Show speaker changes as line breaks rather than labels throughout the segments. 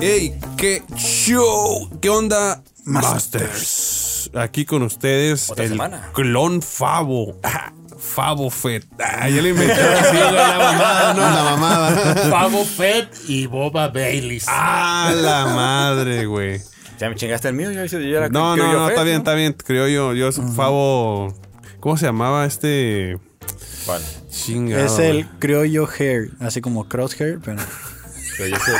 ¡Ey! ¡Qué show! ¿Qué onda,
Masters?
Masters? Aquí con ustedes
Otra
el
semana.
clon Fabo. Ah, Fabo Fett. Ah, ya le inventé así, güey, la mamada, ¿no?
La mamada.
Pavo Fett y Boba Baileys.
¡Ah, la madre, güey!
Ya me chingaste el mío, yo hice yo era
No,
creo
no,
yo
no,
fe,
está bien, está bien. Creo yo, yo es Fabo... ¿Cómo se llamaba este...?
Vale.
Chingado.
Es
güey.
el criollo hair, así como crosshair, pero
Pero yo sé.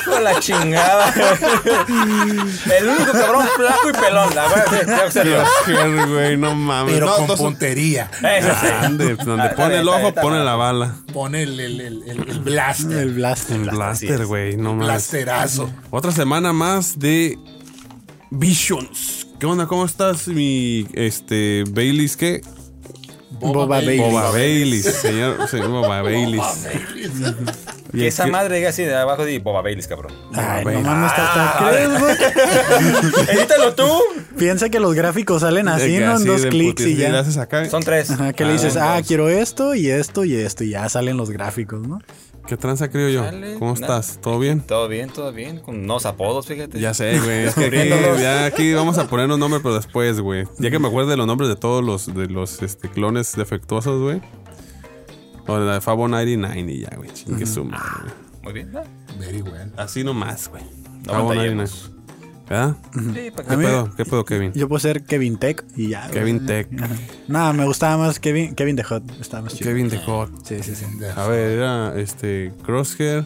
Hijo de la chingada. el único cabrón flaco y pelón. La verdad, sí, ya observé.
Dios, güey, no mames.
Pero
No,
con
dos-
puntería.
Eso sí.
Ande, donde
está
pone
bien,
el
está bien,
ojo,
está
pone
bien.
la bala.
Pone el, el, el, el- el blaster.
el blaster.
El blaster, güey, no mames.
blasterazo.
Otra semana más de Visions. ¿Qué onda? ¿Cómo estás, mi este Baileys? ¿Qué?
Boba Baileys.
Boba Baileys, señor, señor Boba Baileys. Y
Que
es
esa
que-
madre diga así de abajo de Boba Baileys, cabrón.
Ay, no
Baileys.
mames, hasta
Ah,
crees, güey.
Edítalo tú.
Piensa que los gráficos salen
de
así,
que
¿no? En
así
dos
de
clics
putiza,
y
le
ya.
haces acá.
Son tres.
Ajá, que le dices, ah, quiero esto y esto y esto, y ya salen los gráficos, ¿no?
¿Qué tranza creo yo?
Chale,
¿Cómo
nada.
estás? ¿Todo bien?
Ah, Todo bien, todo bien. Con unos apodos, fíjate.
Ya sé, güey. Es que aquí, ya aquí vamos a poner los nombres, pero después, güey. Ya que me acuerdo de los nombres de todos los, de los este, clones defectuosos, güey. O la de Fabo 99 y ya, güey. Chingue su madre, güey.
Muy bien. ¿no?
Very well.
Así nomás, güey.
No
Fabo
batallemos.
99. ¿Verdad?
Sí, pues, para
¿Qué
mí-
pedo? ¿Qué pedo, Kevin?
Yo puedo ser Kevin Tech y ya. güey.
Kevin Tech.
Nada, me gustaba más Kevin, Kevin the Hot. Estaba más chido.
Kevin de God.
Sí, sí, sí.
A ver, era este. Crosshair.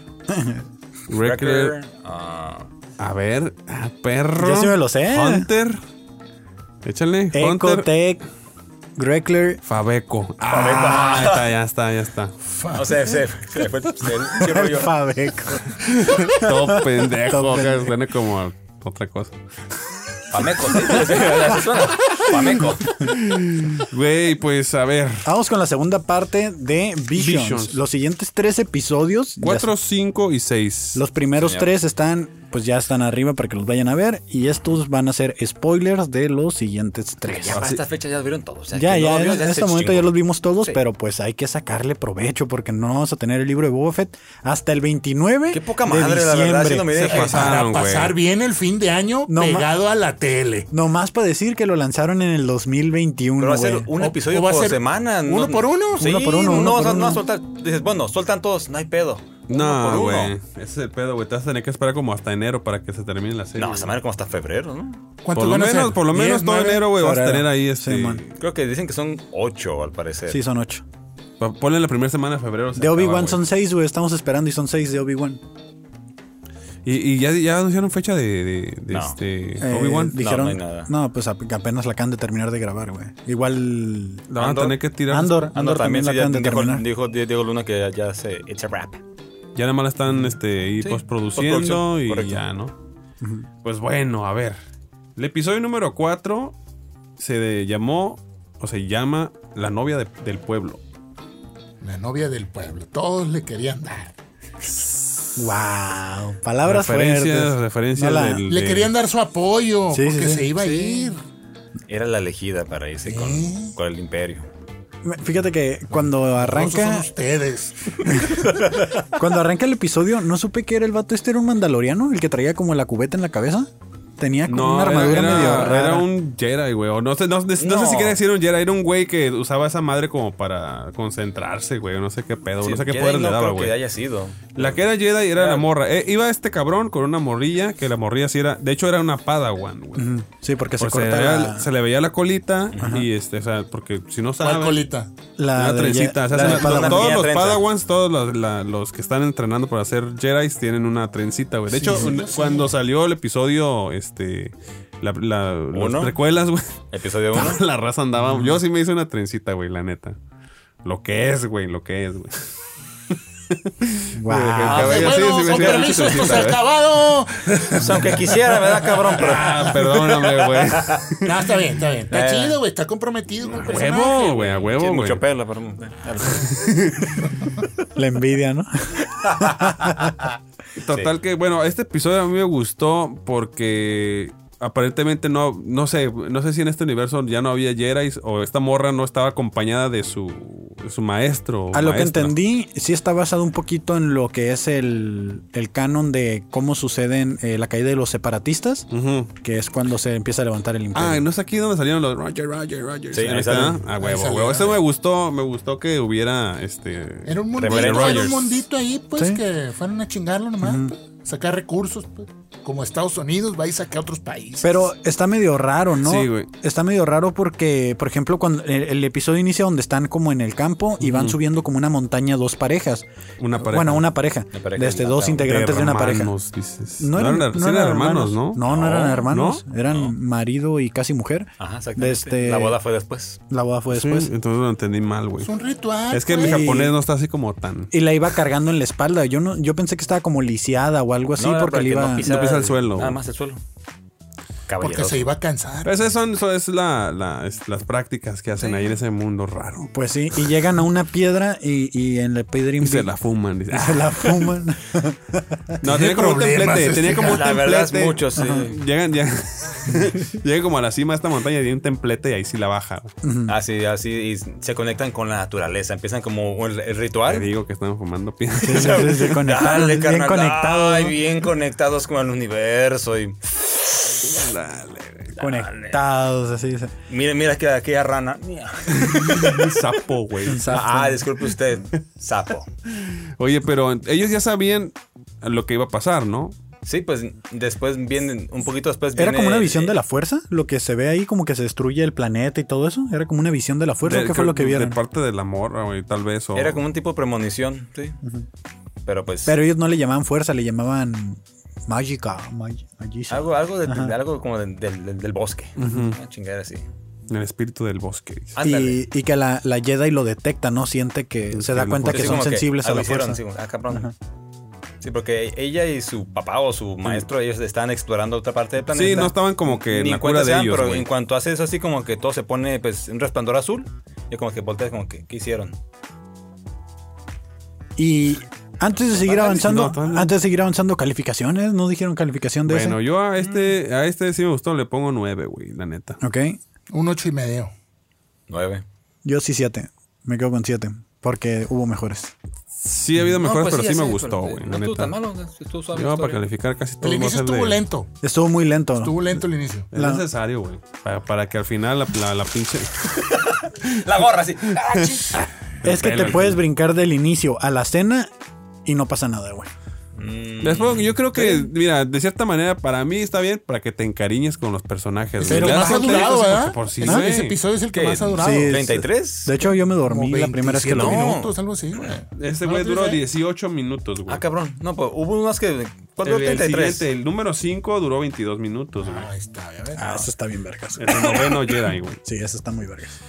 Wrecker.
Wrecker, ah,
A ver. ah, perro.
Yo sí me lo sé.
Hunter. Échale.
Echo
Hunter.
Tech, Greckler.
Fabeco. Ah, ahí está, ya está, ya está.
no sé, se, se le fue el se le fue yo.
Fabeco.
Todo pendejo.
Todo
acá
pendejo.
Suena como a otra cosa.
Pameco, sí, sí, sí, así suena. Pameco.
Güey, pues a ver.
Vamos con la segunda parte de Visions.
Visions.
Los siguientes tres episodios. ya
4, 5 y 6.
Los primeros
Señor.
tres están, pues ya están arriba para que los vayan a ver. Y estos van a ser spoilers de los siguientes tres.
Ya para esta fecha ya los vieron todos. o sea,
Ya,
que no
ya,
lo vio,
en
se
este momento
chingó.
ya los vimos todos,
Sí.
pero pues hay que sacarle provecho porque no vamos a tener el libro de Boba Fett hasta el 29
Qué poca
de
madre, la verdad,
diciembre.
haciendo mi idea.
se
Para
pasaron,
Para
güey.
pasar bien el fin de año
No,
pegado a la tele.
Nomás para decir que lo lanzaron en el 2021,
Pero va a ser
güey.
un
O-
episodio
o va a
por
ser
semana.
uno por uno.
Sí,
Uno por uno, uno
no, vas a-
por
no vas a
uno.
soltar. Dices, bueno, sueltan todos, no hay pedo. Uno
No,
por uno.
güey. Ese es el pedo, güey. Te vas a tener que esperar como hasta enero para que se termine la serie.
No, se van como hasta febrero, ¿no?
Por lo,
van a ser?
menos, por lo
¿Diez,
menos todo
nueve?
enero, güey, vas a
Febrero.
tener ahí este.
Sí, man.
Creo que dicen que son ocho, al parecer.
Sí, son ocho.
pa- Ponle la primera semana de febrero. se
De
acaba,
Obi-Wan
güey.
son seis, güey. Estamos esperando y son seis de Obi-Wan.
Y, y ya, ya anunciaron fecha de, de- de
No.
este
Eh,
Obi-Wan.
dijeron,
no hay nada.
no, pues ap- apenas la acaban de terminar de grabar, güey. Igual
La van a
Andor.
tener que tirar.
Andor, Andor,
Ah, no, también,
también, la
sí, ya
acaban de
dijo,
terminar.
dijo Di- Diego Luna que ya, ya se. It's a rap.
Ya nada más la están este, ahí
Sí,
postproduciendo
postproducción,
y
correcto.
ya, ¿no? Pues bueno, a ver. El episodio número 4 se de- llamó o se llama La novia de- del pueblo.
La novia del pueblo. Todos le querían dar.
Wow, palabras
referencias,
fuertes.
referencias
No la-
del-
Le
de-
querían dar su apoyo
Sí, sí,
porque
sí.
se iba a
Sí.
ir.
Era la elegida para irse con, con el imperio.
Fíjate que cuando
Esos son
arranca,
ustedes.
cuando arranca el episodio, no supe que era el vato este era un mandaloriano, el que traía como la cubeta en la cabeza. Tenía como
No,
una
era-
armadura
era,
medio rara.
era un Jedi, güey. O No sé, no, no sé
No.
si quiere decir un Jedi. Era un güey que usaba esa madre como para concentrarse, güey. No sé qué pedo. no sé qué
Jedi
poder le
no
daba,
creo que
güey.
haya sido.
La que era Jedi era la morra. Eh, iba este cabrón con una morrilla, que la morrilla sí era... De hecho, era una Padawan, güey.
Ujú, Mm, Sí, porque se
O sea,
corta
Pues era-
la,
se le veía la colita y este, o sea, porque si no
¿Cuál
saben...
colita?
la
Una
de-
trencita. o sea,
la
se-
de Padawan.
todos
Tenía
los
trenza.
Padawans, todos los, la- los que están entrenando para ser Jedi tienen una trencita, güey. De hecho, un- cuando salió el episodio, este, la, la, las
¿Uno?
precuelas, güey,
Episodio 1.
la raza andaba. Yo sí me hice una trencita, güey, la neta. Lo que es, güey, lo que es, güey.
Guau.
Ah, güey,
bueno,
así, sí me
con
hacía
permiso,
mucha
esto se ha
trencita,
acabado.
aunque quisiera, ¿verdad, cabrón? Pero.
Ah, perdóname, güey. A
No, está bien, está bien. Está
Eh.
chido, güey. Está comprometido con el personaje.
huevo, güey, a huevo,
Tiene
güey.
mucho pelo, pero.
La envidia, ¿no?
Pues Total que, bueno, este episodio a mí me gustó porque aparentemente no, no sé, no sé si en este universo ya no había Jedi o esta morra no estaba acompañada de su, su maestro. o
A lo que
maestra.
entendí, sí está basado un poquito en lo que es el, el canon de cómo suceden eh, la caída de los separatistas,
Ujú.
que es cuando se empieza a levantar el imperio.
Ah, ¿no es aquí donde salieron los Roger, Roger, Roger?
Sí, ahí
Ahí está.
salen.
Ah,
Ahí
huevo,
salen,
huevo. Eso
ahí.
me gustó, me gustó que hubiera este.
Era un mundito,
Reverend
era
Rogers.
un mundito ahí, pues,
Sí.
que fueron a chingarlo nomás, pues, sacar recursos, pues. Como Estados Unidos va y saca a otros países.
Pero está medio raro, ¿no?
Sí, güey.
Está medio raro porque, por ejemplo, cuando el, el episodio inicia donde están como en el campo y van subiendo como una montaña dos parejas.
Una pareja.
Bueno, una pareja.
Una pareja
Desde
de
dos
mata,
integrantes de, una pareja.
hermanos, dices.
No eran, no
sí eran
eran
hermanos, ¿no?
No, no eran hermanos.
¿no? Ah.
Eran marido y casi mujer.
Ajá, exactamente.
Desde,
La boda fue después.
la boda fue
Sí,
después.
entonces lo entendí mal, güey.
es un ritual.
Es que mi
pues.
japonés no está así como tan.
Y la iba cargando en la espalda. Yo no, yo pensé que estaba como lisiada o algo así,
No, era
Pues porque
para
le
que
iba.
no pisa el suelo.
Nada más el suelo.
Porque
Caballeroso.
se iba a cansar.
Esas son, eso es la, la- es- las prácticas que hacen ahí en ese mundo raro.
Pues sí. Y llegan a una piedra y, y en la piedra
Y se
implica-
la fuman. dice. Ah,
se la fuman.
No, tenía como un
problemas
templete.
este
Tenía como un
La verdad es
templete.
mucho, sí.
Llegan, ya. Llegan como a la cima de esta montaña y tiene un templete y ahí sí la baja. güey.
Mm.
Así, así, y se conectan con la naturaleza. Empiezan como el, el
Te
ritual.
digo que están fumando piedras.
Sí, sí, sí, sí, conectados,
Dale,
bien
carnal,
conectados.
ay,
¿no?
bien conectados con el universo. Y
Conectados, así. así.
mira, mira que aquella rana. Mira.
Un sapo, güey.
Ah, disculpe usted, sapo.
Oye, pero ellos ya sabían lo que iba a pasar, ¿no?
Sí, pues después vienen, un poquito después
Era
viene-
como una visión de
eh,
la fuerza, lo que se ve ahí, como que se destruye el planeta y todo eso. Era como una visión de la fuerza.
De-
¿Qué Pues fue lo que vieron?
De parte de la morra, güey, tal vez. O...
eh, Era como un tipo de premonición, sí. Pero pues
Pero ellos no le llamaban fuerza, le llamaban mágica. mag- magiza.
algo, algo, de- de- algo como de- del, del- del bosque. Una chingada así.
El espíritu del bosque. dice.
Ándale.
Y, y que la, la Jedi lo detecta, ¿no? Siente que se da
la
cuenta
fuerza.
que
Sí,
son
como
sensibles a
algo
la
hicieron,
fuerza.
sí, como, ah, cabrón. Sí, porque ella y su papá o su maestro, ellos estaban explorando otra parte del planeta.
Sí, no estaban como que en
Ni
la
en cuenta
cura
se
de
dan,
ellos.
pero
güey.
en cuanto hace eso así como que todo se pone pues un resplandor azul, yo como que volteas como que ¿qué hicieron?
Y antes de seguir
Ah,
avanzando,
no, todavía-
antes de seguir avanzando, calificaciones, ¿no dijeron calificación de
Bueno,
ese?
yo a este, a este sí me gustó, le pongo nueve, güey, la neta.
Ok,
Un ocho y medio.
Nueve.
yo sí siete, me quedo con siete, porque hubo mejores.
Sí ha habido mejores,
No, pues
pero sí,
ya
me
sé,
gustó,
pero,
güey.
No
la
estuvo
neta.
tan malo, estuvo suave.
Yo
la
para
historia.
calificar casi todo.
El
va a
inicio
ser
estuvo
de-
lento.
Estuvo muy lento.
Estuvo lento el inicio.
Es
La-
necesario, güey. Para, para que al final la, la, la pinche.
La gorra así. Ah, chis.
Es que
Pelo,
te
el
puedes brincar del inicio a la cena y no pasa nada, güey.
Después, yo creo que, mira, de cierta manera, para mí está bien para que te encariñes con los personajes. güey.
Pero
Ya
más ha
son tres,
durado,
así como
¿verdad?
que Por sí,
Ese-
güey.
Ese episodio es el que
¿Qué?
más ha durado.
Sí, es-
¿33?
De hecho, yo me dormí
Como
la primera vez que lo vi.
27 minutos, algo así, güey.
Este
No,
güey
tú
duró
dices,
18 minutos, güey.
Ah, cabrón. No, pues hubo unos que ¿Cuál
El,
duró
el
33?
siguiente, el número 5 duró 22 minutos, güey.
Ahí está, ya ves.
Ah, eso está bien vergas.
El noveno Jedi, güey.
Sí, eso está muy vergas.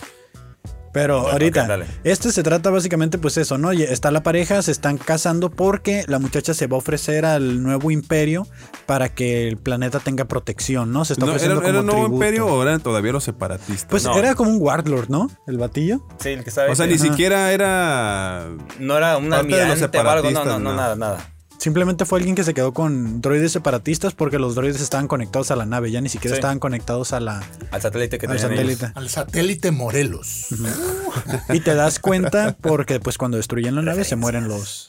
Pero ahorita,
ok, dale.
este se trata básicamente pues eso, ¿no? Y Está la pareja, se están casando porque la muchacha se va a ofrecer al nuevo imperio para que el planeta tenga protección, ¿no? Se está
No, ¿Era,
ofreciendo
era
como
el nuevo
tributo.
imperio o eran todavía los separatistas?
Pues
No.
era como un warlord, ¿no? El batillo.
Sí, el que estaba
o sea, ni
Ajá.
siquiera era.
no era un
Parte de los
almirante o algo, no,
separatistas,
no, no,
no.
nada, nada.
Simplemente fue alguien que se quedó con droides separatistas porque los droides estaban conectados a la nave, ya ni siquiera
Sí.
estaban conectados a la
Al satélite que
al
tenían
satélite.
ellos.
Al satélite Morelos.
Y te das cuenta porque pues cuando destruyen la nave se mueren los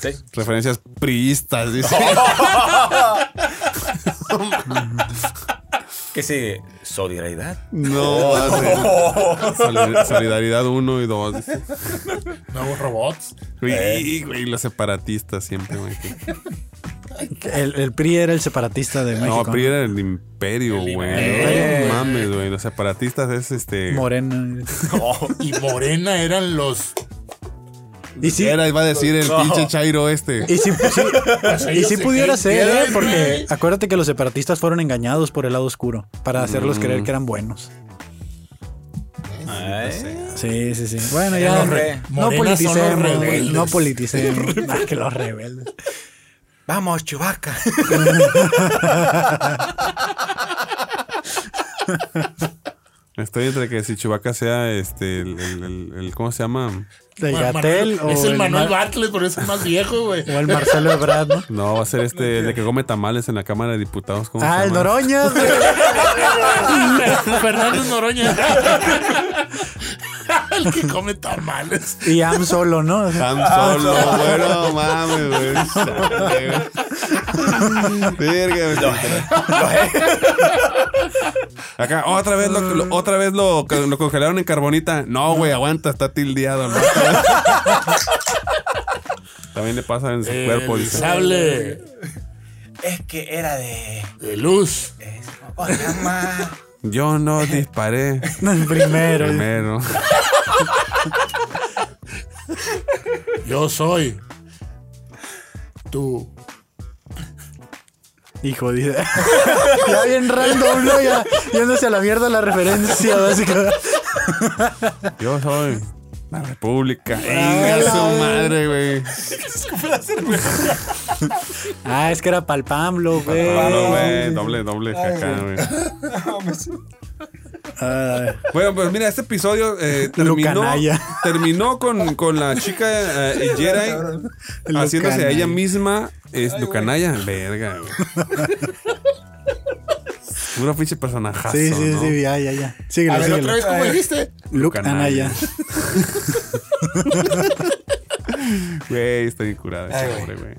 Sí.
Referencias priistas, dice.
¿Qué sigue? Solidaridad.
no, hace. Solid- Solidaridad 1 y 2.
Nuevos robots.
Y, güey, los separatistas siempre, güey.
El, el PRI era el separatista de México.
No,
¿no?
PRI era el imperio, güey. No mames, güey. Los separatistas es este.
Morena.
Y Morena eran los.
Y sí,
Era, iba a decir el pinche Chairo este.
y sí, sí, y
ellos
sí
se
pudiera
creen
ser,
que
¿eh?
eran,
porque
güey.
acuérdate que los separatistas fueron engañados por el lado oscuro para hacerlos creer que eran buenos.
Ah,
Sí, sí, sí. Bueno,
Eran
ya
los re-
no
morenas son los
politicemos, güey,
rebeldes.
no politicemos, Ah, que los rebeldes.
Vamos, Chubaca.
Estoy entre que si Chubaca sea este. El, el- el- el- ¿Cómo se llama?
De
Bueno,
Gatel
Manuel-
o
Es el Manuel
Mar-
Bartlett, pero es el más viejo, güey.
o el Marcelo Ebrard, ¿no?
No, va a ser este. El de que come tamales en la Cámara de Diputados. ¿cómo se
Ah, el
llama?
Noroña. güey.
Fernández Noroña. El que come tamales.
Y Am solo, ¿no?
Tan solo, bueno, mames, güey. Chale, güey. Verga, güey. Acá, otra vez lo, lo- otra vez lo, lo congelaron en carbonita. No, güey, aguanta, está tildeado. ¿no? También le pasa en su cuerpo,
El
dice.
sable
Es que era de.
de luz.
es- oh, la ma-
Yo no disparé
Primero.
primero.
Yo soy. Tú.
Hijo de. ya bien random, ¿no? Ya yéndose a la mierda la referencia, básicamente.
Yo soy la República. Venga, su madre, güey.
Ah, es que era palpamlo, güey.
Pablo, güey, Doble, doble acá, güey.
Ah,
Bueno, pues mira, este episodio eh, terminó,
canalla.
terminó con, con la chica eh, Jedi
Lo
haciéndose a
canalla.
ella misma. Es Lucanaya. Verga, güey. Puro pinche personajazo.
sí, sí,
¿no?
sí, ya, ya, ya. Síguelo,
A ver,
síguelo.
otra
ah,
vez, ¿cómo dijiste?
Luke
Canalla.
Anaya.
Güey, está bien curada
Ay,
ese
güey.
hombre, güey.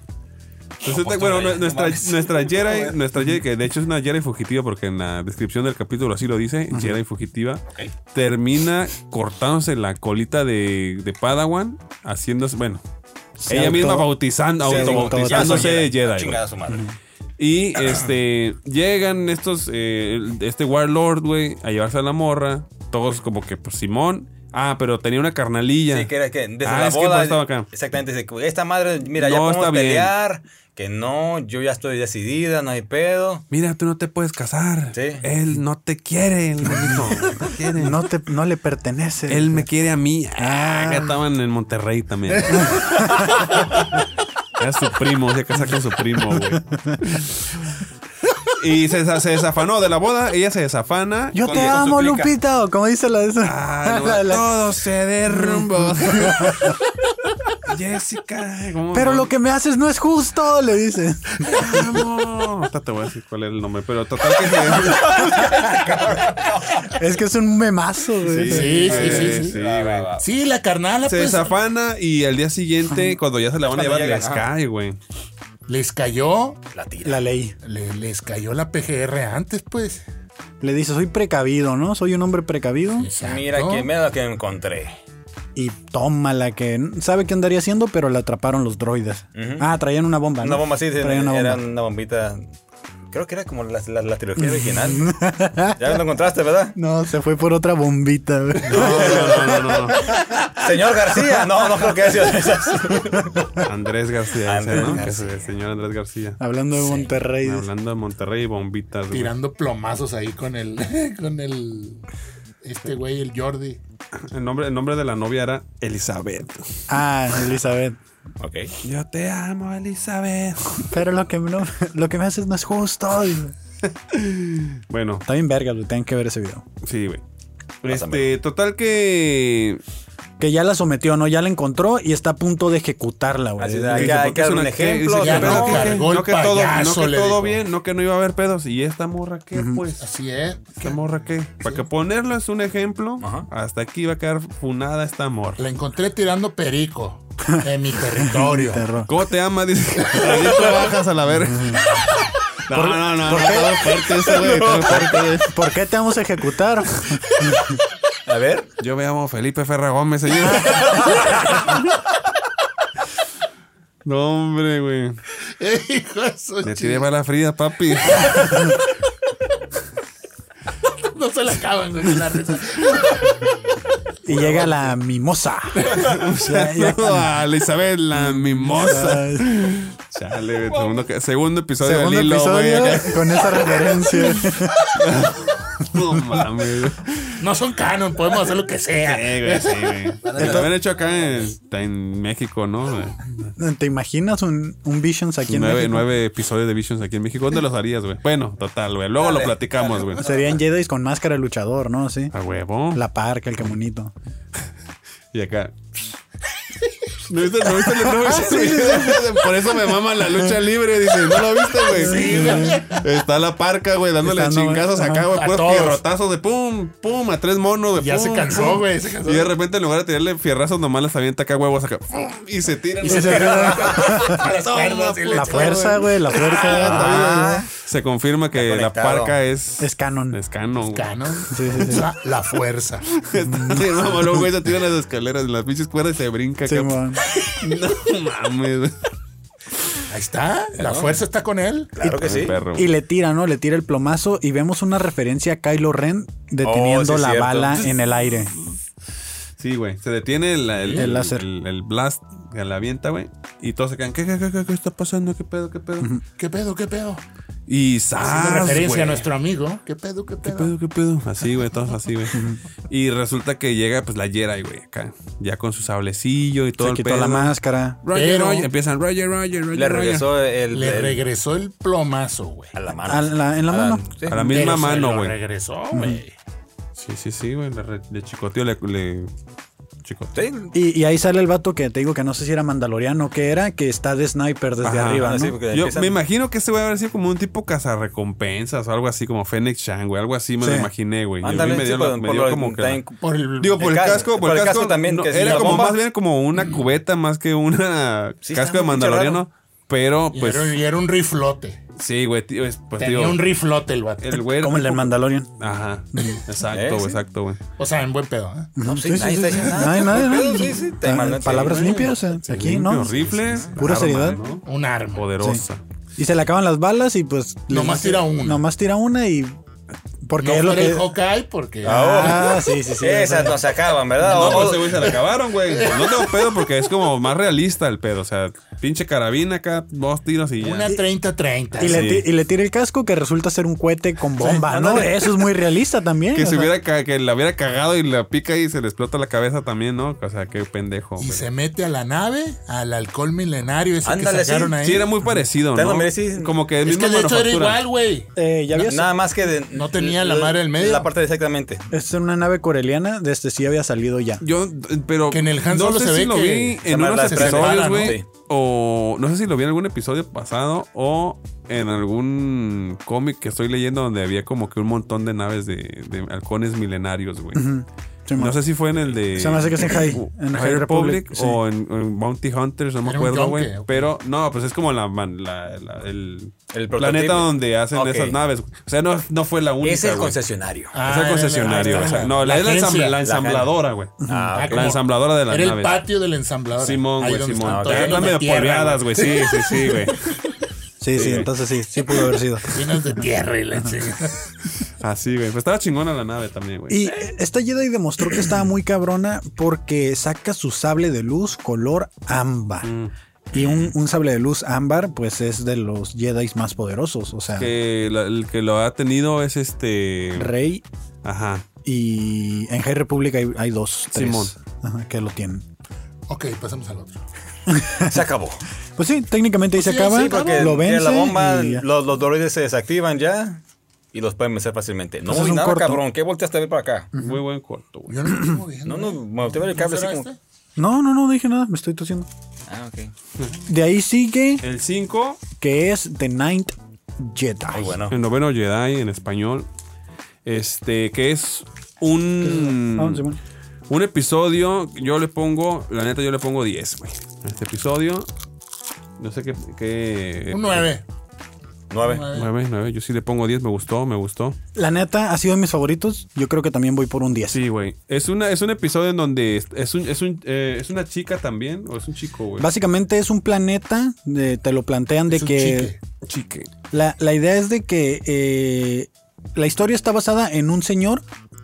Entonces, bueno, nue- nuestra, nuestra Jedi, nuestra Jedi, que de hecho es una Jedi fugitiva, porque en la descripción del capítulo así lo dice, Jedi fugitiva, termina cortándose la colita de, de Padawan, haciéndose, bueno,
Se
ella
auto-
misma bautizando,
se
Ya soy
autobautizándose de Jedi. güey.
Chingada su madre.
Y este llegan estos eh, el- este warlord, güey, a llevarse a la morra, todos como que pues Simón, ah, pero tenía una carnalilla.
Sí, que era que desde
Ah,
la
es que no
boda.
estaba acá.
Exactamente. dice que Esta madre, mira, ya
No,
podemos
está bien.
pelear. Que no, yo ya estoy decidida, no hay pedo.
Mira, tú no te puedes casar.
Sí.
Él no te quiere, el bonito.
No, te, no le pertenece.
Él me quiere a mí. Ah, acá estaban en Monterrey también. Era su primo, se casa con su primo, güey. Y se, desa- se desafanó de la boda, ella se desafana.
Yo
con-
te
con su
amo,
clica.
Lupita. O como dice la de esa.
Ah, no,
la- la-
Todo se derrumbó. Jessica, ¿cómo
Pero
no?
lo que me haces no es justo, le dice.
Amo. Ahorita te voy a decir cuál era el nombre, pero total que se.
Es que es un memazo,
Sí, sí,
güey.
sí,
Eh,
sí.
güey.
Sí, la carnala,
Se
pues,
desafana y al día siguiente, cuando ya se la van a
Cuando
llevar,
llega,
les
ajá.
cae, güey.
les cayó,
La tira.
La ley.
le- les cayó la PGR antes, pues.
Le dice, soy precavido, ¿no? Soy un hombre precavido.
Exacto.
Mira, que mira lo que encontré.
Y toma la que sabe qué andaría haciendo, pero la atraparon los droides. Ah, traían una bomba. ¿no?
Una bomba así, de-
Traían una
era
bomba.
una bombita. Creo que era como la, la- la trilogía original. ya lo encontraste, ¿verdad?
No, se fue por otra bombita. güey.
No, no, no, no, no.
Señor García. No, no creo que haya sido de esas.
Andrés García, ese,
Andrés
¿no?
García.
Que es el señor Andrés García.
Hablando de Monterrey.
Hablando de Monterrey y bombitas, Pues, güey.
Tirando plomazos ahí con el. Con el. Este güey, el Jordi.
El nombre, el nombre de la novia era Elizabeth.
Ah, Elizabeth.
Ok.
Yo te amo, Elizabeth.
Pero lo que, no- lo que me haces no es justo. dice.
Bueno,
Está bien verga, lo tienen que ver ese video.
sí, güey.
Pásame.
Este, total que
Que ya la sometió, ¿no? Ya la encontró y está a punto de ejecutarla, güey.
Así da. Hay
Dice,
que- hay
¿por qué
que dar
es
un
una-
ejemplo,
dice,
ya
pero
no,
que-
cargó el
no que todo,
payaso,
no que
le
todo
dijo.
bien, no que no iba a haber pedos. ¿Y esta morra qué, pues?
Así es.
¿Esta morra qué? Para que ponerlo es un ejemplo,
Ajá.
hasta aquí va a quedar funada esta morra.
La encontré tirando perico en mi territorio.
Perro.
¿Cómo te ama? Dice, ahí trabajas a la verga. No, no, no, no, todo fuerte ese, güey, todo fuerte, güey.
¿Por qué te vamos a ejecutar?
A ver.
Yo me llamo Felipe Ferra Gómez, señor. No, hombre, güey.
Hijo de su
Le
chi-
tiré bala fría, papi.
No se la acaban, güey, con la risa.
Y llega la mimosa. Ya- ya- Ah,
Saludo a Elizabeth, la mimosa. Chale, güey, segundo, que- segundo episodio
Segundo
del hilo,
episodio
güey. acá.
con esa referencia.
No mames. güey.
No son canon, podemos hacer lo que sea.
Sí, güey, sí, güey. Pero lo habían hecho acá en, en México, ¿no?
¿Te imaginas un, un Visions aquí en
Nueve,
México?
nueve episodios de Visions aquí en México. ¿Dónde los harías, güey? Bueno, total, güey. Luego lo
Dale,
platicamos, güey.
Serían Jedi con máscara de luchador, ¿no?
Ah.
Sí.
A huevo.
La parca, el camonito.
Y acá. ¿No viste, no viste, no viste el video? Por eso me mama la lucha libre. Dice, ¿no lo viste, güey? Está la parca, güey, dándole
Está, no,
chingazos
ajá.
acá, güey.
A
Puros
todos.
fierrotazos de pum, pum, a tres monos, güey.
Ya
pum,
se cansó,
pum.
güey. Se cansó.
Y de repente, en lugar de tirarle fierrazos nomás, les avienta acá huevos acá. pum, Y se tiran. los-
Las cuerdas y
La
le-
fuerza, güey, la fuerza.
Ah, Se confirma que la
conectado.
parca es.
Es canon.
Es canon, güey.
Ah, ¿no? La, la fuerza.
Está de mamalón, güey. Se tira las escaleras, las pinches cuerdas y se brinca
Sí,
acá.
man.
no mames, güey.
Ahí está. La fuerza está con él.
Claro que sí.
Perro.
Y le tira, ¿no? Le tira el plomazo y vemos una referencia a Kylo Ren deteniendo
Oh, sí,
la
cierto.
bala en el aire.
Sí, güey. Se detiene el, el,
El láser.
El, el blast que la avienta, güey. Y todos se quedan. ¿Qué, qué, qué, qué, qué está pasando? ¿Qué pedo? ¿Qué pedo?
¿Qué pedo? ¿Qué pedo?
Y
Haciendo
¡zas,
referencia
Ah, güey!
a nuestro amigo. ¿Qué pedo? ¿Qué pedo?
¿Qué pedo? ¿Qué pedo? Así, güey. Todos así, güey. y resulta que llega, pues, la Jedi, güey. Acá. Ya con su sablecillo y todo
Se
el
quitó
pedo.
la máscara.
Roger,
Pero-
Roger. Empiezan Roger, Roger, Roger.
Le
Roger.
regresó el,
Le
el-
regresó el plomazo, güey.
a la mano.
A la- en la
A
mano.
sí.
A la misma
Pero se
mano,
lo
güey. Mm.
regresó, güey.
Sí, sí, sí, güey. Le, re- le chicoteó, le, le chicoteó.
Sí,
Y, y ahí sale el vato que te digo que no sé si era mandaloriano o qué era, que está de sniper desde
Ajá.
arriba,
Ah,
¿no?
sí, porque
Yo
empiezan-
me imagino que este güey haber sido como un tipo cazarrecompensas o algo así, como Fennec Chan, güey. Algo así me lo
Sí.
imaginé, güey. Y a mí
Ándale,
me
sí,
dio, la-
por-
me
por
dio
lo-
como que. la-
también-
Por el,
Digo, por el,
El casco,
casco, por el casco, también.
que sí,
era
la
como
bomba.
más bien como una cubeta más que una
Sí, está
casco de
muy
mandaloriano. Pero
y,
pues,
era, y era un riflote.
sí, güey, tío, es- pues
Tenía
digo,
un riflote el vato.
el güey. era
Como el del
tipo-
Mandalorian.
Ajá,
Mm.
Eh,
exacto, güey,
sí.
exacto, güey.
O sea, en buen pedo. ¿eh?
No,
sí, nadie está diciendo nada.
Nadie, nadie,
Pero
¿no?
sí, sí, te
Ah,
mandan-
Palabras
sí,
limpias eh, aquí, ¿no?
Limpio, Rifle,
Pura
arma,
seriedad.
¿no?
Un arma.
Poderosa.
Y se le acaban las balas y pues...
Nomás
les-
tira una.
Nomás tira una y... Porque
no
es lo
fuera el
que...
Hawkeye porque...
Ah, sí, sí, sí.
Esas nos sacaban, ¿verdad?
No,
O-
pues
o-
ese güey se la acabaron, güey. No tengo pedo porque es como más realista el pedo. O sea, pinche carabina acá, dos tiros y ya.
Una 30-30.
Y le,
Sí.
ti- y le tira el casco que resulta ser un cohete con bomba, ¿no?
ándale.
Eso es muy realista también.
Que
o
se
sea.
hubiera ca- que la hubiera cagado y la pica y se le explota la cabeza también, ¿no? O sea, qué pendejo.
Y
güey.
se mete a la nave, al alcohol milenario ese
Ándale,
que sacaron
sí.
ahí.
Sí, era muy parecido,
Te lo
¿no?
merecí.
Como que el
es
mismo
que de hecho era igual, güey.
Eh, ya
Na-
había
Nada más que de-
No tenía la madre del medio.
La parte de exactamente.
Es una nave coreliana, desde sí había salido ya.
Yo, pero
Que en el Han
no
Solo
sé
se
si
ve
lo
que
vi
se
en unos
las
episodios,
prepara, ¿no?
güey.
Sí.
O no sé si lo vi en algún episodio pasado o en algún cómic que estoy leyendo donde había como que un montón de naves de, de halcones milenarios, güey.
Sí, man.
No sé si fue en el de.
Se me hace que es en High-
U-
en
High
High
Republic,
Republic, sí.
o en, en Bounty Hunters, no me
Era un
acuerdo,
yonke,
güey.
ok.
Pero no, pues es como la, man- la- la- el,
El prototipo.
planeta donde hacen
Ok.
esas naves. O sea, no, no fue la única.
Es el
güey.
concesionario.
Ah,
es el
era la-
concesionario.
la-
o sea, no, la,
la
es la,
agencia,
ensambla- la
la-
ensambladora, güey.
Ah,
Ah,
ok.
La
como-
ensambladora de las
Era el
naves.
patio del ensamblador.
Simón, güey, Simón. Acá Están medio polveadas, güey. Sí, sí, sí, güey.
Sí, sí, entonces sí, sí pudo haber sido.
Llenas de tierra y la chingada.
Así, güey. Pues estaba chingona la nave también, güey.
Y esta Jedi demostró que estaba muy cabrona porque saca su sable de luz color ámbar. Y un, un sable de luz ámbar, pues es de los Jedi más poderosos. O sea,
Que la- el que lo ha tenido es este.
Rey
Ajá.
y en High Republic hay, hay dos, tres
Simón.
ajá, que lo tienen.
Ok, pasamos al otro.
Se acabó.
Pues sí, técnicamente ahí se
sí,
acaba,
sí,
Porque
lo
tiene
vence.
la bomba,
y ya.
los, los droides se desactivan ya y los pueden vencer fácilmente. No,
Entonces Pues es
y
un
nada,
corto.
cabrón. ¿Qué volteaste a ver para acá?
Muy buen corto, güey.
Yo no me estoy moviendo.
No, no, me volteé a ver el cable así
será
como.
este?
No, no, no dije nada, me estoy tosiendo.
Ah, ok.
De ahí sigue
El 5.
que es The Ninth Jedi.
Muy ah, bueno.
El Ah. noveno Jedi en español. Este, que es un.
Ah, Simón.
Un episodio, yo le pongo, la neta, yo le pongo 10, güey. A Este episodio, no sé qué. qué
Un 9.
Nueve.
9, 9, yo sí le pongo 10, me gustó, me gustó.
La neta ha sido de mis favoritos. Yo creo que también voy por un 10.
Sí, güey. Es, una, es un episodio en donde es, es un, es, un, eh, es una chica también, o es un chico, güey.
Básicamente es un planeta, de- te lo plantean de
Es un
que
chique.
Chique.
la, la idea es de que eh, la historia está basada en un señor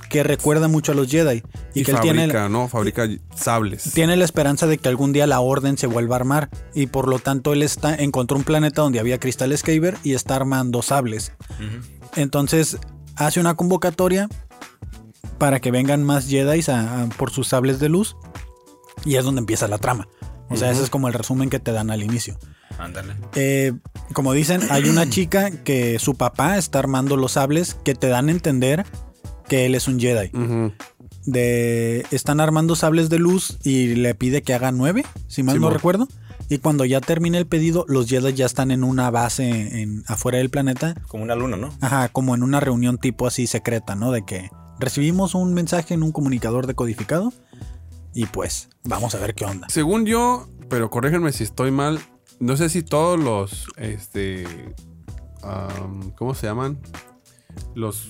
que recuerda mucho a los Jedi y,
Y,
que él
fabrica,
tiene, la-
¿no? Fabrica sables.
tiene la esperanza de que algún día la orden se vuelva a armar y por lo tanto él está encontró un planeta donde había cristales Kyber y está armando sables. Entonces hace una convocatoria para que vengan más Jedi a- a- por sus sables de luz y es donde empieza la trama. O sea, ese es como el resumen que te dan al inicio.
Ándale.
Eh, como dicen, hay una chica que su papá está armando los sables que te dan a entender que él es un Jedi.
Ujú.
de están armando sables de luz y le pide que haga nueve, si mal no
Simón.
recuerdo. Y cuando ya termine el pedido, los Jedi ya están en una base en, afuera del planeta
Como una luna, ¿no?
Ajá, como en una reunión tipo así secreta, ¿no? De que recibimos un mensaje en un comunicador decodificado y pues vamos a ver qué onda.
Según yo, pero corríjanme si estoy mal, no sé si todos los, este, am, ¿cómo se llaman? Los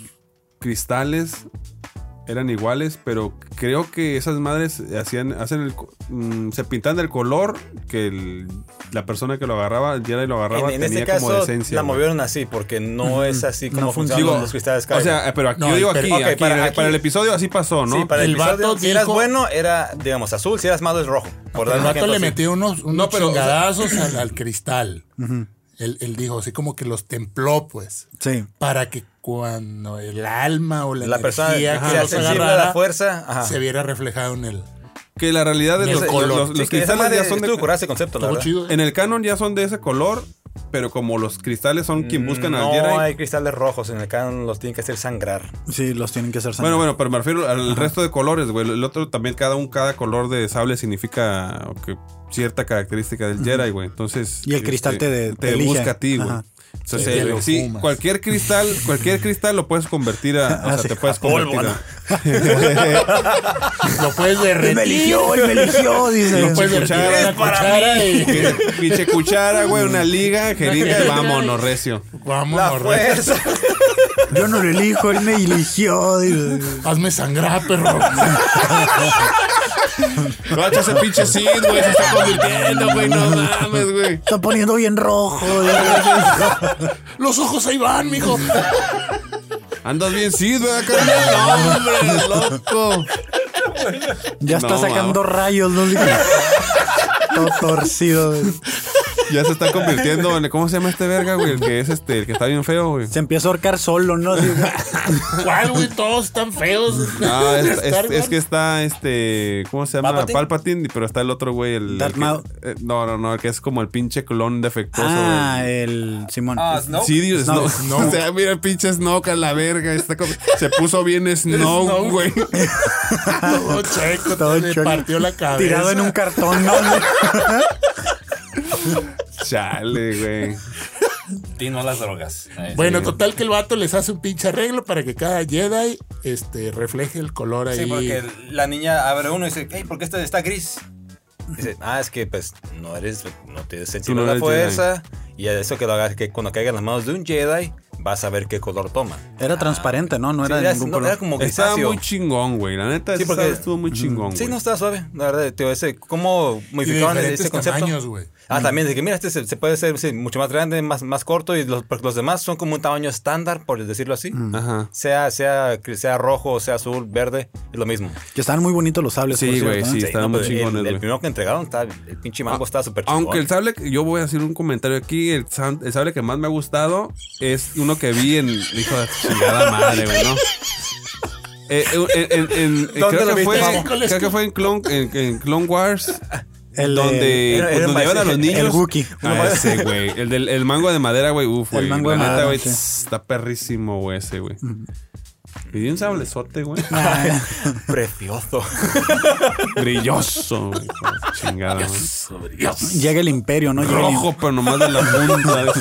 cristales eran iguales, pero creo que esas madres hacían, hacen el, co- mm, se pintan del color que el- la persona que lo agarraba, el Jedi lo agarraba,
En, en
tenía
este
como
caso
esencia.
la
güey.
movieron así porque no es así como
No
funcionan
Digo,
los cristales
o
Kyber.
sea, pero aquí,
No,
yo digo
pero-
aquí,
ok,
aquí,
para-
para,
aquí-
para el episodio así pasó, ¿no?
Sí, para el,
El vato
episodio, si eras
dijo-
bueno era digamos azul, si eras malo es rojo. Por dar
El
un
rato
ejemplo
le
así.
metió unos, unos
No, pero, o sea-
chingadazos al, al cristal. él, él dijo así como que los templó, pues.
Sí.
Para que cuando el alma o la,
la persona
energía que
sea
los
sensible a
agarrara,
la fuerza, ajá.
se viera reflejado en él.
que la realidad de
Y
los,
ese color.
los- los
Sí, que esa
cristales
madre
ya son de,
estuvo curada ese concepto, la
Estuvo
verdad.
chido.
En el canon ya son de ese color, pero como los cristales son quien buscan al Jedi.
Mm, No hay cristales rojos, en el canon los tienen que hacer sangrar.
Sí, los tienen que hacer
Bueno,
sangrar.
bueno, pero me refiero al resto de colores, güey. El otro también, cada un, cada color de sable significa que cierta característica del Jedi, güey. Entonces. este,
Y el cristal te de- te
te
elige.
busca a ti, güey.
Ajá.
Entonces,
Sí,
eh,
lo
sí,
fumas.
cualquier cristal, cualquier cristal lo puedes convertir a. O sea,
sí,
te puedes
a
convertir
pólvora.
a.
Lo puedes derretir.
él me eligió,
Lo puedes
dice.
derretir en
Es
una
para
cuchara y...
Pinche cuchara, güey, una liga, jeringa, y vámonos, recio.
Vamos,
La fuerza.
Yo no lo elijo, él me eligió, dice.
Hazme sangrar, perro.
Guacha ese pinche Sid, güey, se está convirtiendo, güey, no mames, güey.
Está poniendo bien rojo. dice.
Los ojos ahí van, mijo.
Andas bien Sid, ¿verdad, carnal? No, hombre, loco.
Ya está
No,
sacando rayos, no sé qué. Todo torcido. dice.
Ya se está convirtiendo en. ¿Cómo se llama este verga, güey? El que es este, el que está bien feo, güey.
Se empieza a ahorcar solo, ¿no? Dice.
¿Cuál, güey? Todos están feos.
No, Ah, es, es-
Star Wars.
es que está este. ¿Cómo se llama?
Palpatine.
Palpatine, pero está el otro, güey. El,
Darth
el que-
Maul.
eh, no, no, no, el que es como el pinche clon defectuoso.
Ah,
güey.
el Simón.
Ah, Snow.
Sidious,
Snow.
no, O sea, mira el pinche Snoke a la verga. está como- se puso bien Snow,
Snow.
güey.
Todo checo.
Todo
le
chueco.
partió la cabeza.
Tirado en un cartón, ¿no?
Chale, güey.
Ti no las drogas. Eh,
Bueno, total que el vato les hace un pinche arreglo para que cada Jedi este, refleje el color ahí.
Sí, porque la niña abre uno y dice, hey, ¿por qué este está gris? Dice, ah, es que pues no eres, no tienes sensible
no
a la
eres
fuerza. Y a eso que lo hagas, que cuando caiga en las manos de un Jedi, vas a ver qué color toma.
Era transparente, ¿no? No
Sí,
era de
era,
ningún
no,
color.
era como
Estaba
grisáceo.
muy chingón, güey. La neta,
Sí,
sí,
porque-
estuvo muy chingón,
Sí,
güey.
no, estaba suave. La verdad, tío, ese, ¿cómo
y de
modificaron
diferentes
ese concepto?
tamaños, güey.
Ah, también, de que mira, este se, se puede ser sí, mucho más grande, más, más corto, y los, porque los demás son como un tamaño estándar, por decirlo así.
Ajá.
Sea, sea, sea rojo, sea azul, verde, es lo mismo.
Que estaban muy bonitos los sables.
Sí,
por cierto,
güey,
¿eh?
sí. estaban muy
pero el-
chingones,
El,
güey. Ah,
primero que entregaron, estaba, el pinche mango estaba súper chingón.
Aunque el sable, yo voy a hacer un comentario aquí. El, san- el sable que más me ha gustado es uno que vi en Hijo de tu chingada madre, güey, ¿no? Eh, en- en- en-
¿Dónde lo
creo, que
viste,
fue,
mamá?
creo que fue en Clone, en, en Clone Wars.
El,
donde
era- era
donde
el-
llevan a los
el
niños.
Wookiee.
Ah, ese, güey. El del el mango de madera, güey. Uf,
El
güey.
mango
La
de
neta,
madera,
güey.
sí.
Está perrísimo, güey, ese, güey. Y di un sablezote, güey.
Ah,
Precioso.
Brilloso, güey. Chingada, güey.
sobre Dios.
Llega el imperio, ¿no? Llega el-
Rojo, pero nomás de la punta. güey.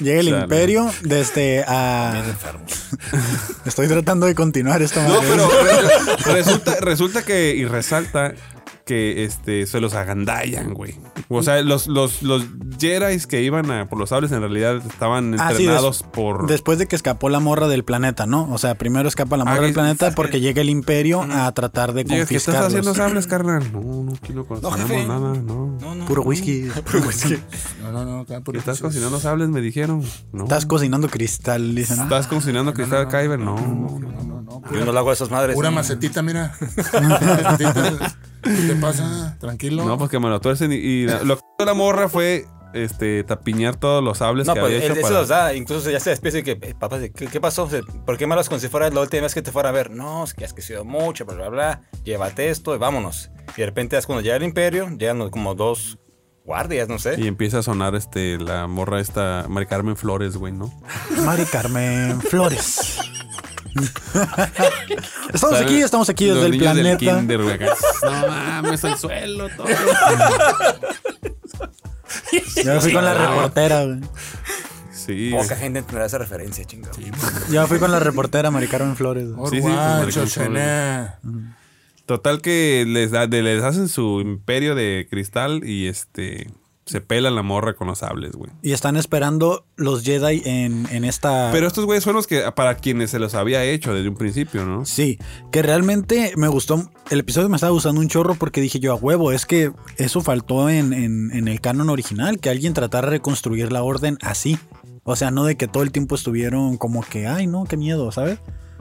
Llega el,
Chale.
imperio desde a...
Enfermo.
Estoy tratando de continuar esto.
No,
madre.
pero re- resulta, resulta que y resalta que este se los agandallan, güey. O sea, los, los, los Jedi que iban a por los sables en realidad estaban
Ah, sí, des-
entrenados por.
Después de que escapó la morra del planeta, ¿no? O sea, primero escapa la morra
Ah,
del
es-
planeta porque llega el imperio a tratar de
Digas, ¿qué estás
confiscarlos.
haciendo sables, carnal? No, no quiero cocinar
jefe.
nada, no.
No, no.
Puro whisky.
No, no, no. acá por-
¿Estás cocinando sables? Me dijeron. No.
Estás cocinando cristal, dicen. ¿no?
¿Estás cocinando cristal Kyber? No.
No, no, pura,
Ah. Yo no le hago a esas madres.
pura macetita, mira. Macetita. ¿Qué te pasa? Tranquilo.
No, pues que me lo tuercen. Y, y la- lo que hizo la morra fue este tapiñar todos los sables
No,
que
pues
había
él,
hecho
eso
para.
los da, incluso ya se despide y que, eh, papá, ¿qué, qué pasó? Se- ¿Por qué me hablas como si fuera la última vez que te fuera a ver? No, es que has crecido mucho, bla, bla, bla, llévate esto y vámonos. Y de repente es cuando llega el imperio, llegan los- como dos guardias, no sé.
Y empieza a sonar este la morra esta, Mari Carmen Flores, güey, ¿no?
Mari Carmen Flores. Estamos aquí, estamos aquí desde
Los
el
niños del
planeta.
kinder, güey, acá. No mames, al suelo, todo.
Yo me fui con la reportera, güey.
Sí. güey.
Poca gente entenderá esa referencia, chingado.
Yo me fui con la reportera Mari Carmen Flores. güey.
sí, pues,
Orguacho,
maricón,
Xaná.
Total que les, da- de- les hacen su imperio de cristal y este se pela la morra con los sables, güey.
Y están esperando los Jedi en, en esta.
Pero estos güeyes son los que para quienes se los había hecho desde un principio, ¿no?
Sí, que realmente me gustó. El episodio me estaba gustando un chorro porque dije yo a huevo, es que eso faltó en, en- en el canon original, que alguien tratara de reconstruir la orden así. O sea, no de que todo el tiempo estuvieron como que, ay, no, qué miedo, ¿sabes?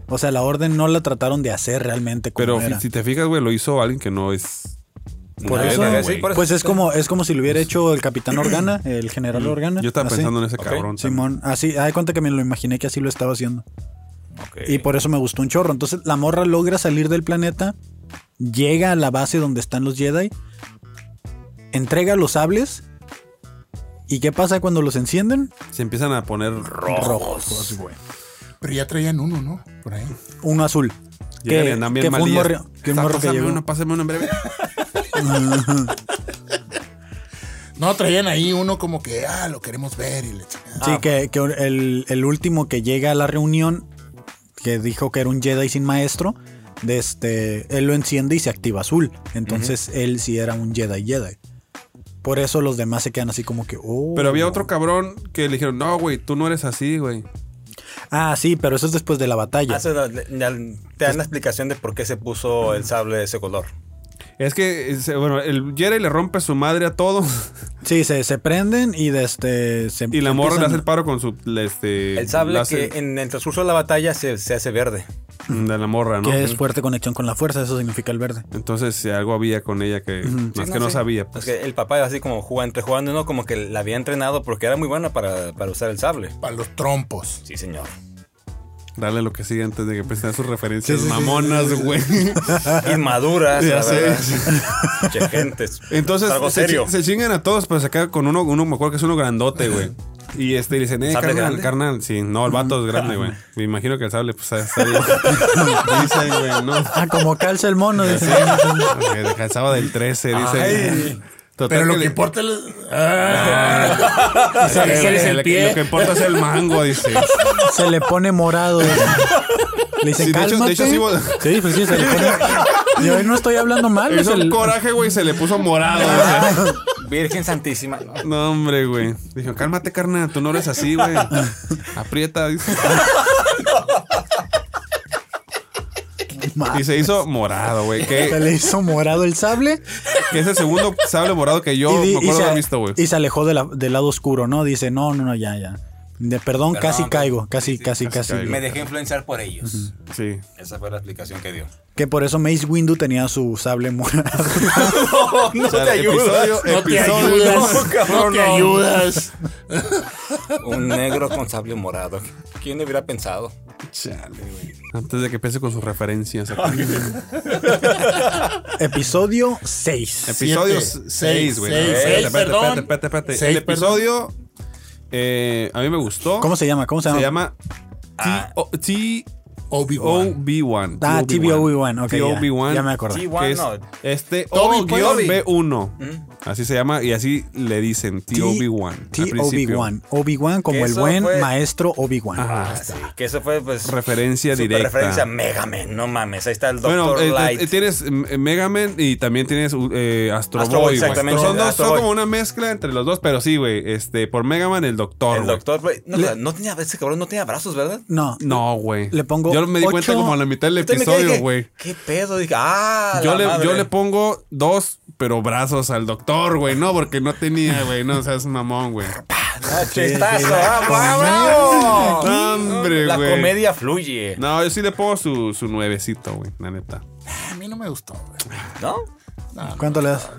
O sea, la orden no la trataron de hacer realmente como
Pero
era.
si te fijas, güey, lo hizo alguien que no es.
Por
una
eso-
verga,
sí,
güey.
por eso-
Pues es como, es como si lo hubiera hecho el capitán Organa, el general Organa.
Pues Mm, Yo estaba
así.
pensando en ese
Ok,
cabrón. también.
Simón, así, hay cuenta que me lo imaginé que así lo estaba haciendo. Y por eso me gustó un chorro. Entonces la morra logra salir del planeta, llega a la base donde están los Jedi, entrega los sables. ¿Y qué pasa cuando los encienden?
Se empiezan a poner
Rojos, güey.
Pero ya traían uno, ¿no? Por ahí.
Uno azul.
Llegan y
Que,
andan bien
que fue un
malillas.
morro que, un
Sa-
morro que
pásame
llegó.
uno, pásame uno en breve.
No, traían ahí uno como que, ah, lo queremos ver y le chingada.
Ah,
Sí, que, que el, el último que llega a la reunión, que dijo que era un Jedi sin maestro, de este, él lo enciende y se activa azul. Entonces él sí era un Jedi Jedi. Por eso los demás se quedan así como que, oh.
Pero había otro cabrón que le dijeron, no, güey, tú no eres así, güey.
Ah, sí, pero eso es después de la batalla.
Hace la- la- te dan la explicación de por qué se puso el sable de ese color.
Es que, es- bueno, el Jerry le rompe su madre a todo
Sí, se, se prenden y de este. se-
y la morra le hace
empiezan-
el paro con su. le- Este,
El sable
láser
que eh, en el transcurso de la batalla se, se hace verde.
mm, De la morra, ¿no?
Que es fuerte conexión con la fuerza, eso significa el verde.
Entonces si algo había con ella que más
Sí,
que no
sé.
sabía.
Es
Pues.
que el papá así como jugando, entre jugando, ¿no? Como que la había entrenado porque era muy buena para, para usar el sable.
Para los trompos.
Sí, señor.
Dale lo que sigue antes de que empiecen sus referencias
Sí, sí, sí,
mamonas, güey.
Inmaduras,
Ya
Ah. la
sé.
verdad. Mucha gente. es-
Entonces
es algo
se,
serio.
chi- se chingan a todos, pero se queda con uno, uno me acuerdo que es uno grandote, güey. Y este, y le dicen, eh,
¿Sable
carnal,
grande?
carnal. Sí, no, el vato es grande, güey. Me imagino que el sable, pues, está bien. Dicen, güey, no.
Ah, como calza el mono. dice.
Ok, Calzaba del 13, dice. Total
Pero lo
que
que
le-
importa es. Ah,
Eh,
se les el
lo que-
pie.
Lo que importa es el mango, dice.
Se le pone morado. dice. Le dicen,
Sí, de hecho-
cálmate.
de hecho, sí, vos-
sí, pues sí, se le pone. Yo no estoy hablando mal. es
Hizo
el-
un coraje, güey, se le puso morado. o sea.
Ah. Virgen Santísima. ¿no?
No, hombre, güey. Dijo, cálmate, carnal, tú no eres así, güey. Aprieta, dice. Y se hizo morado, güey.
se
Que,
le hizo morado el sable
que es el segundo sable morado que yo
y, di-
me
y
acuerdo
se,
haber visto, güey.
y se alejó de la- del lado oscuro, ¿no? Dice, no, no, no, ya, ya. De,
Perdón,
perdón, casi
pero-
caigo, casi, casi,
casi
casi.
caigo.
Me dejé influenciar por ellos.
Sí.
Esa fue la explicación que dio.
Que por eso Mace Windu tenía su sable morado.
O sea, episodio,
no te
episodio-
ayudas. No te ayudas.
Un negro con sable morado. ¿Quién lo hubiera pensado?
Chale, güey. Antes de que empiece con sus referencias. aquí.
Episodio 6.
Episodio
Siete.
6, güey. No,
Seis,
espérate,
seis,
espérate,
perdón.
espérate, espérate, espérate.
Seis,
El episodio eh, a mí me gustó.
¿Cómo se llama? ¿Cómo se llama?
Se llama T-
Obi-Wan.
OB1.
Ah, TBOB1, ok, ya.
TBOB1.
Ya me acordé.
que
T1,
es
no.
Este
Toby, pues, Toby. Mm.
O-B1. Así se llama y así le dicen TOB1. al principio.
T-Obi-Wan. Obi-Wan como
Que
el
eso
buen
fue-
maestro Obi-Wan.
Ajá.
Sí, que eso fue, pues.
Referencia
super
directa.
Referencia a Mega Man, no mames. Ahí está el Doctor
Bueno, eh,
Light.
eh, tienes eh, Mega Man y también tienes uh, eh, Astro,
Astro
Boy.
Boy,
güey.
exactamente,
Son, dos,
Astro
son
Boy.
como una mezcla entre los dos, pero sí, güey. Este, por Mega Man, el Doctor.
el
güey.
Doctor. No, no tenía, ese cabrón no tenía brazos, ¿verdad?
No,
No, güey.
Le pongo
Yo me di
ocho.
cuenta como a la mitad del
Entonces me quedé,
episodio,
dije,
güey.
¿Qué pedo? Dije, ah,
Yo
la
le,
madre.
yo le pongo dos, pero brazos al doctor, güey. No, porque no tenía, güey. No seas mamón, güey.
Ah, chistazo, ah, bravo.
No, hombre,
La
güey.
comedia fluye,
No, yo sí le pongo su, su nuevecito, güey. La neta.
A mí no me gustó, güey.
¿no?
¿cuánto le das?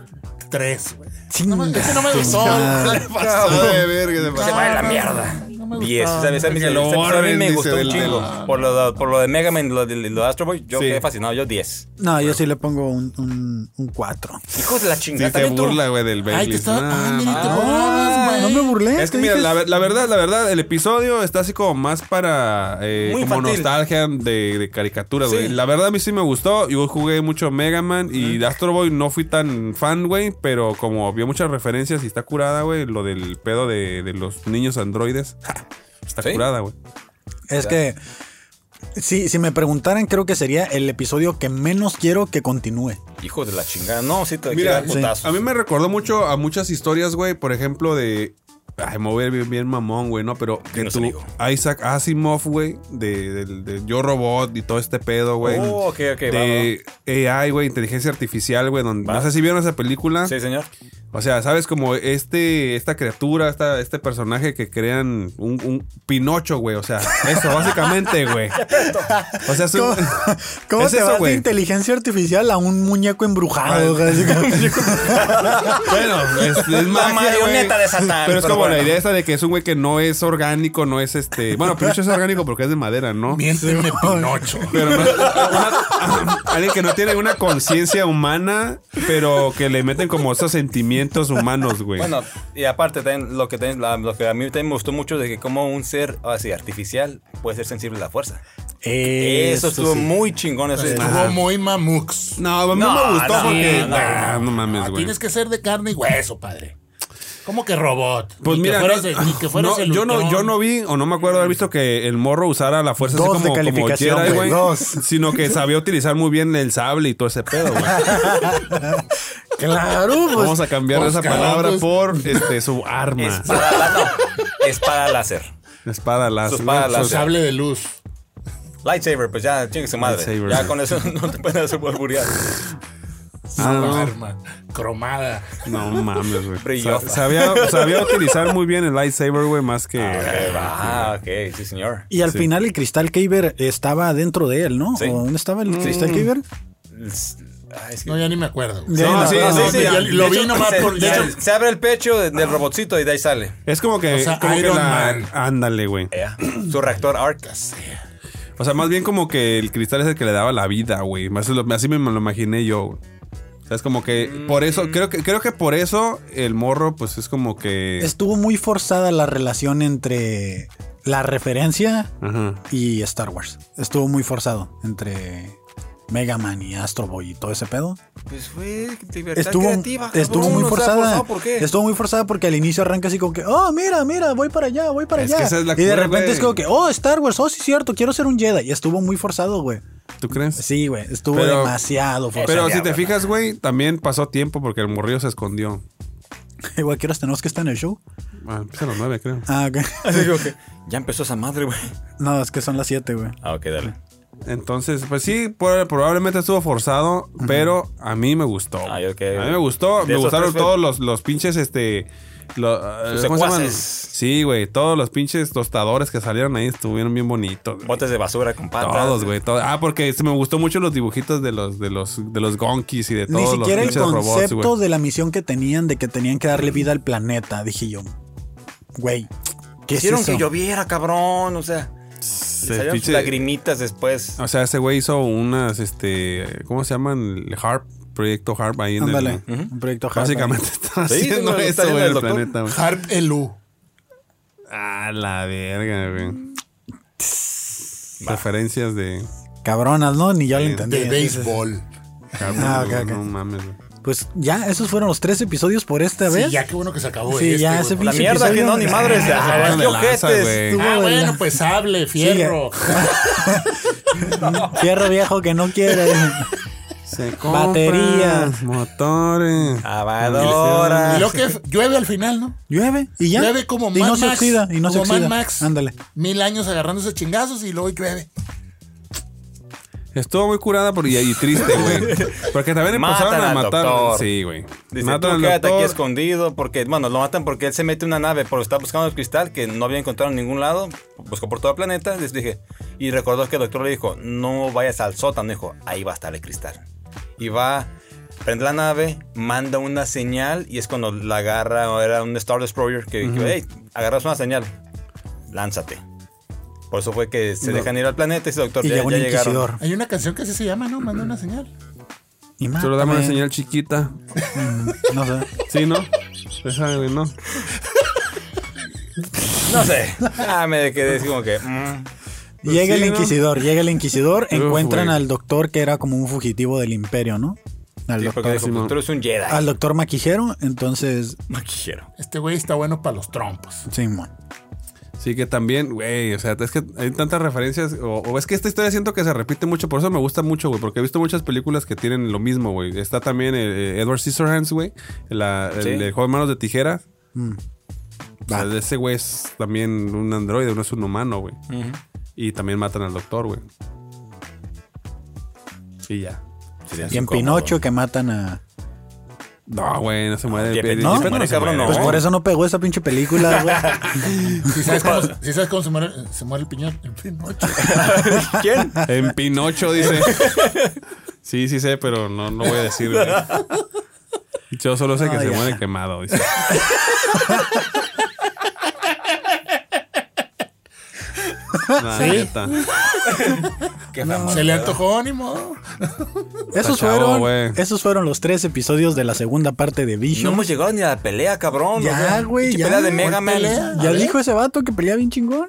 Tres, güey.
Chinga.
Ese no me gustó.
Pasado de verga, de
Se va a
pasado.
la mierda.
Ah, no me
10.
gustaba.
Esa, esa-
que
esa-
lo
esa- esa a mí
borren,
me
dice,
gustó un
del-
chingo.
del-
Por lo, por lo de Mega Man y lo de, lo de Astro Boy, yo
Sí.
quedé fascinado. Yo 10.
No, yo sí le pongo un, un, un 4.
Hijo de la
Sí,
chingada.
se
también tú.
burla, güey, del
Ay, te
Baileys.
estaba.
Ah,
Ay, mira, te
ma-
burlabas, güey.
no me burlé.
Ah, Es que
¿qué
mira,
dices?
la, ver- la verdad, la verdad, el episodio está así como más para eh,
Muy
como
infantil.
nostalgia de, de caricatura, güey.
Sí.
La verdad a mí sí me gustó. Yo jugué mucho Mega Man y de Astro Boy no fui tan fan, güey, pero como vio muchas referencias y está curada, güey, lo del pedo de, de los niños androides. ja, está
Sí.
curada, güey.
Es que si, si me preguntaran, creo que sería el episodio que menos quiero que continúe.
Hijo de la chingada. No, sí, te
Mira,
Mira,
sí.
putazos.
A mí me recordó mucho a muchas historias, güey. Por ejemplo, de. Ay, me voy a ver bien, bien mamón, güey, ¿no? Pero que
Dinos,
tú,
amigo.
Isaac Asimov, güey, de, del- de Yo Robot y todo este pedo, güey.
Oh, ok, ok,
De AI, güey, inteligencia artificial, güey. donde-
Va.
No sé si vieron esa película.
Sí, señor.
O sea, ¿sabes? Como este, esta criatura, esta, este personaje que crean un, un Pinocho, güey. O sea, eso, básicamente, güey. O sea, es un-
¿Cómo, cómo
Es
te
eso,
vas
güey.
de inteligencia artificial a un muñeco embrujado? Así como-
Bueno, es, es magia,
marioneta
güey.
de Satán,
Pero es
pero
como la
bueno.
idea esa de que es un güey que no es orgánico, no es este. Bueno, Pinocho es orgánico porque es de madera, ¿no?
Miénteme, Pinocho.
Pero no- una- alguien que no tiene una conciencia humana, pero que le meten como esos sentimientos humanos, güey.
Bueno, y aparte también lo que, también- la- lo que a mí también me gustó mucho de que como un ser así artificial puede ser sensible a la fuerza. Eso, estuvo
Eh, sí.
muy chingón. Eso
Estuvo muy mamux.
no, a mí
No,
me gustó
no,
porque.
no, no.
Ah, no mames,
Ah,
güey.
tienes que ser de carne y hueso, padre. ¿Cómo que robot?
Pues
Ni
mira,
que fueras, de- ni que
no,
fueras el
yo no,
Ultron.
yo no vi o no me acuerdo haber visto que el morro usara la fuerza así
Dos
como,
de
como
calificación,
Jedi,
güey,
güey.
dos.
Sino que sabía utilizar muy bien el sable y todo ese pedo, güey.
Claro, pues,
Vamos a cambiar
pues,
esa
cabrón,
palabra
pues.
por este, su arma.
Espada, la- no, espada láser.
Espada láser.
Su espada
¿no?
láser.
Su-
Sable Pues de luz.
Lightsaber, pues ya, chingue su madre.
Lightsaber.
Ya con eso no te pueden hacer burburear.
Ah, no.
arma. Cromada.
No mames, güey. Sa-
Brillosa.
Sabía, sabía utilizar muy bien el lightsaber, güey, más que.
Ah, ok, sí, señor.
Y al final el cristal Kyber estaba dentro de él, ¿no?
Sí.
¿O dónde estaba el cristal Kyber?
Ah, es que-
No, ya ni me acuerdo.
De ahí
No,
la-
sí,
ah,
sí,
no,
sí.
ya-
ya lo
de
vi
hecho,
nomás
se,
por- de
se-
hecho-
se abre el pecho de- del robotcito y de ahí sale.
Es como que.
O sea,
como que
Iron
la-
Man.
Ándale, güey.
Ya. Su reactor ARC.
O sea, más bien como que el cristal es el que le daba la vida, güey. Más lo- Así me lo imaginé yo. güey. O sea, es como que por eso, creo que, creo que por eso el morro, pues es como que.
Estuvo muy forzada la relación entre la referencia
Ajá.
y Star Wars. Estuvo muy forzado entre Mega Man y Astro Boy y todo ese pedo.
Pues fue libertad
Estuvo,
creativa.
estuvo
cabrón,
muy
o sea,
forzada.
forzado, ¿Por qué?
Estuvo muy forzada porque al inicio arranca así como que, oh, mira, mira, voy para allá, voy para
Es
allá.
que esa es la
y de
cura,
repente
güey.
es como que, oh, Star Wars, oh, sí, cierto, quiero ser un Jedi. Y estuvo muy forzado, güey.
¿Tú crees?
Sí, güey, estuvo
Pero-
demasiado forzado.
Pero si
diablo,
te
¿no?
fijas, güey, también pasó tiempo porque el morrillo se escondió.
Igual, ¿qué horas tenemos que estar en el show?
Ah, empieza a las nueve, creo.
Ah, ok.
Así como que, ya empezó esa madre, güey.
No, es que son las 7, güey.
Ah, ok, dale.
Entonces, pues sí, por- probablemente estuvo forzado, pero a mí me gustó.
Ay, ok.
A mí me gustó,
De
me
esos
gustaron
tres fue-
todos los, los pinches, este... lo-
Sus
¿cómo se llaman?
secuaces.
Sí, güey, todos los pinches tostadores que salieron ahí estuvieron bien bonitos. güey.
Botes de basura con patas.
Todos, güey. todo- Ah, porque se me gustó mucho los dibujitos de los de los de los gonkis y de
Ni
todos los
siquiera el
pinches robots,
concepto
güey.
de la misión que tenían de que tenían que darle vida al planeta, dije yo. Güey, ¿qué
Hicieron
es
que
eso?
lloviera, cabrón. O sea,
Se
salieron sus
pinche- Ah.
lagrimitas después.
O sea, ese güey hizo unas, este, ¿cómo se llaman? El Harp, proyecto Harp ahí en el-
Ándale, un proyecto Harp.
Básicamente están
Sí, sí,
haciendo
lo
eso,
está haciendo
güey,
el
el
doctor.
planeta, güey.
Harp Elu.
Ah, la verga, güey. Referencias de.
Cabronas, ¿no? Ni yo lo
Sí.
entendí.
De béisbol.
Ah,
ok, ok.
No mames, güey.
Pues ya, esos fueron los tres episodios por esta vez.
Sí, ya qué bueno que se acabó
Sí,
este,
ya
güey.
ese
la
pinche
mierda que
episodio-
no, ni madre.
Ah,
pasaron
Ah,
de
qué
lanza,
ojetes.
Ah,
Estuvo de
bueno,
la-
pues hable, fierro.
Fierro viejo que no quiere.
Se compran
Baterías.
Motores.
Ah. Lavadora.
Y lo que llueve al final, ¿no?
Llueve y Ah. ya.
Llueve como
Y
Mad
no se
Max,
oxida, y no se
como Mad
oxida.
Max.
Ándale.
Mil años agarrándose chingazos y luego llueve.
Estuvo muy curada por, y, y triste, güey. Porque también
Matan
empezaron a
al
matar.
doctor.
Sí, güey.
Dice,
Matan
tú
al
quédate aquí
doctor.
escondido porque, bueno, lo matan porque él se mete en una nave porque está buscando el cristal que no había encontrado en ningún lado. Buscó por todo el planeta. Les dije, y recordó que el doctor le dijo, no vayas al sótano, dijo, ahí va a estar el cristal. Y va, prende la nave, manda una señal y es cuando la agarra, o era un Star Destroyer que, que, "Hey, agarras una señal. lánzate. Por eso fue que se dejan ir al planeta y dice, doctor,
Y
ya,
llega un
ya llegaron.
inquisidor.
Hay una canción que así se llama, ¿no? Manda una señal.
Y
Solo dame una
mátame.
señal chiquita.
Mm, No sé.
Sí, ¿no? Esa, güey, no.
No sé. Ah, me quedé así como que. mm.
Llega
Sí,
el
¿no?
inquisidor, llega el inquisidor, encuentran
güey.
al doctor que era como un fugitivo del imperio, ¿no? Al,
Sí,
doctor,
porque dijo,
Simón.
doctor es un Jedi.
al doctor maquijero, entonces,
Maquillero.
Este güey está bueno para los trompos.
Simón.
Sí, que también, güey, o sea, es que hay tantas referencias, o, o es que esta historia siento que se repite mucho, por eso me gusta mucho, güey, porque he visto muchas películas que tienen lo mismo, güey. Está también eh, Edward Scissorhands, güey, la- el,
Sí.
de Juego de Manos de Tijera. O sea,
Va.
ese güey es también un androide, no es un humano, güey. Y también matan al doctor, güey. Y ya.
Sería
Y en
incómodo.
Pinocho que matan a...
No, güey, no se muere.
Yepe-
Yepe-
no,
Yepe
muere,
se
cabrón,
muere,
no.
Pues
güey.
por eso no pegó esa pinche película, güey.
Si sabes cómo, sí sabes cómo se muere, se muere el piñón. El pinocho.
¿Quién?
En Pinocho, dice. sí, sí sé, pero no, no voy a decir, güey. Yo solo sé que
Ah,
se
ya.
muere quemado, dice. La neta.
Qué famoso.
Se le antojó, ni modo.
Esos
chavo,
fueron,
güey.
esos fueron los tres episodios de la segunda parte de
No
Vision.
hemos llegado ni a la pelea, cabrón. o
ya,
sea,
güey,
pinche
ya.
Pelea de Mega Man.
pelea?
Ya
A ver.
dijo ese vato que pelea bien chingón.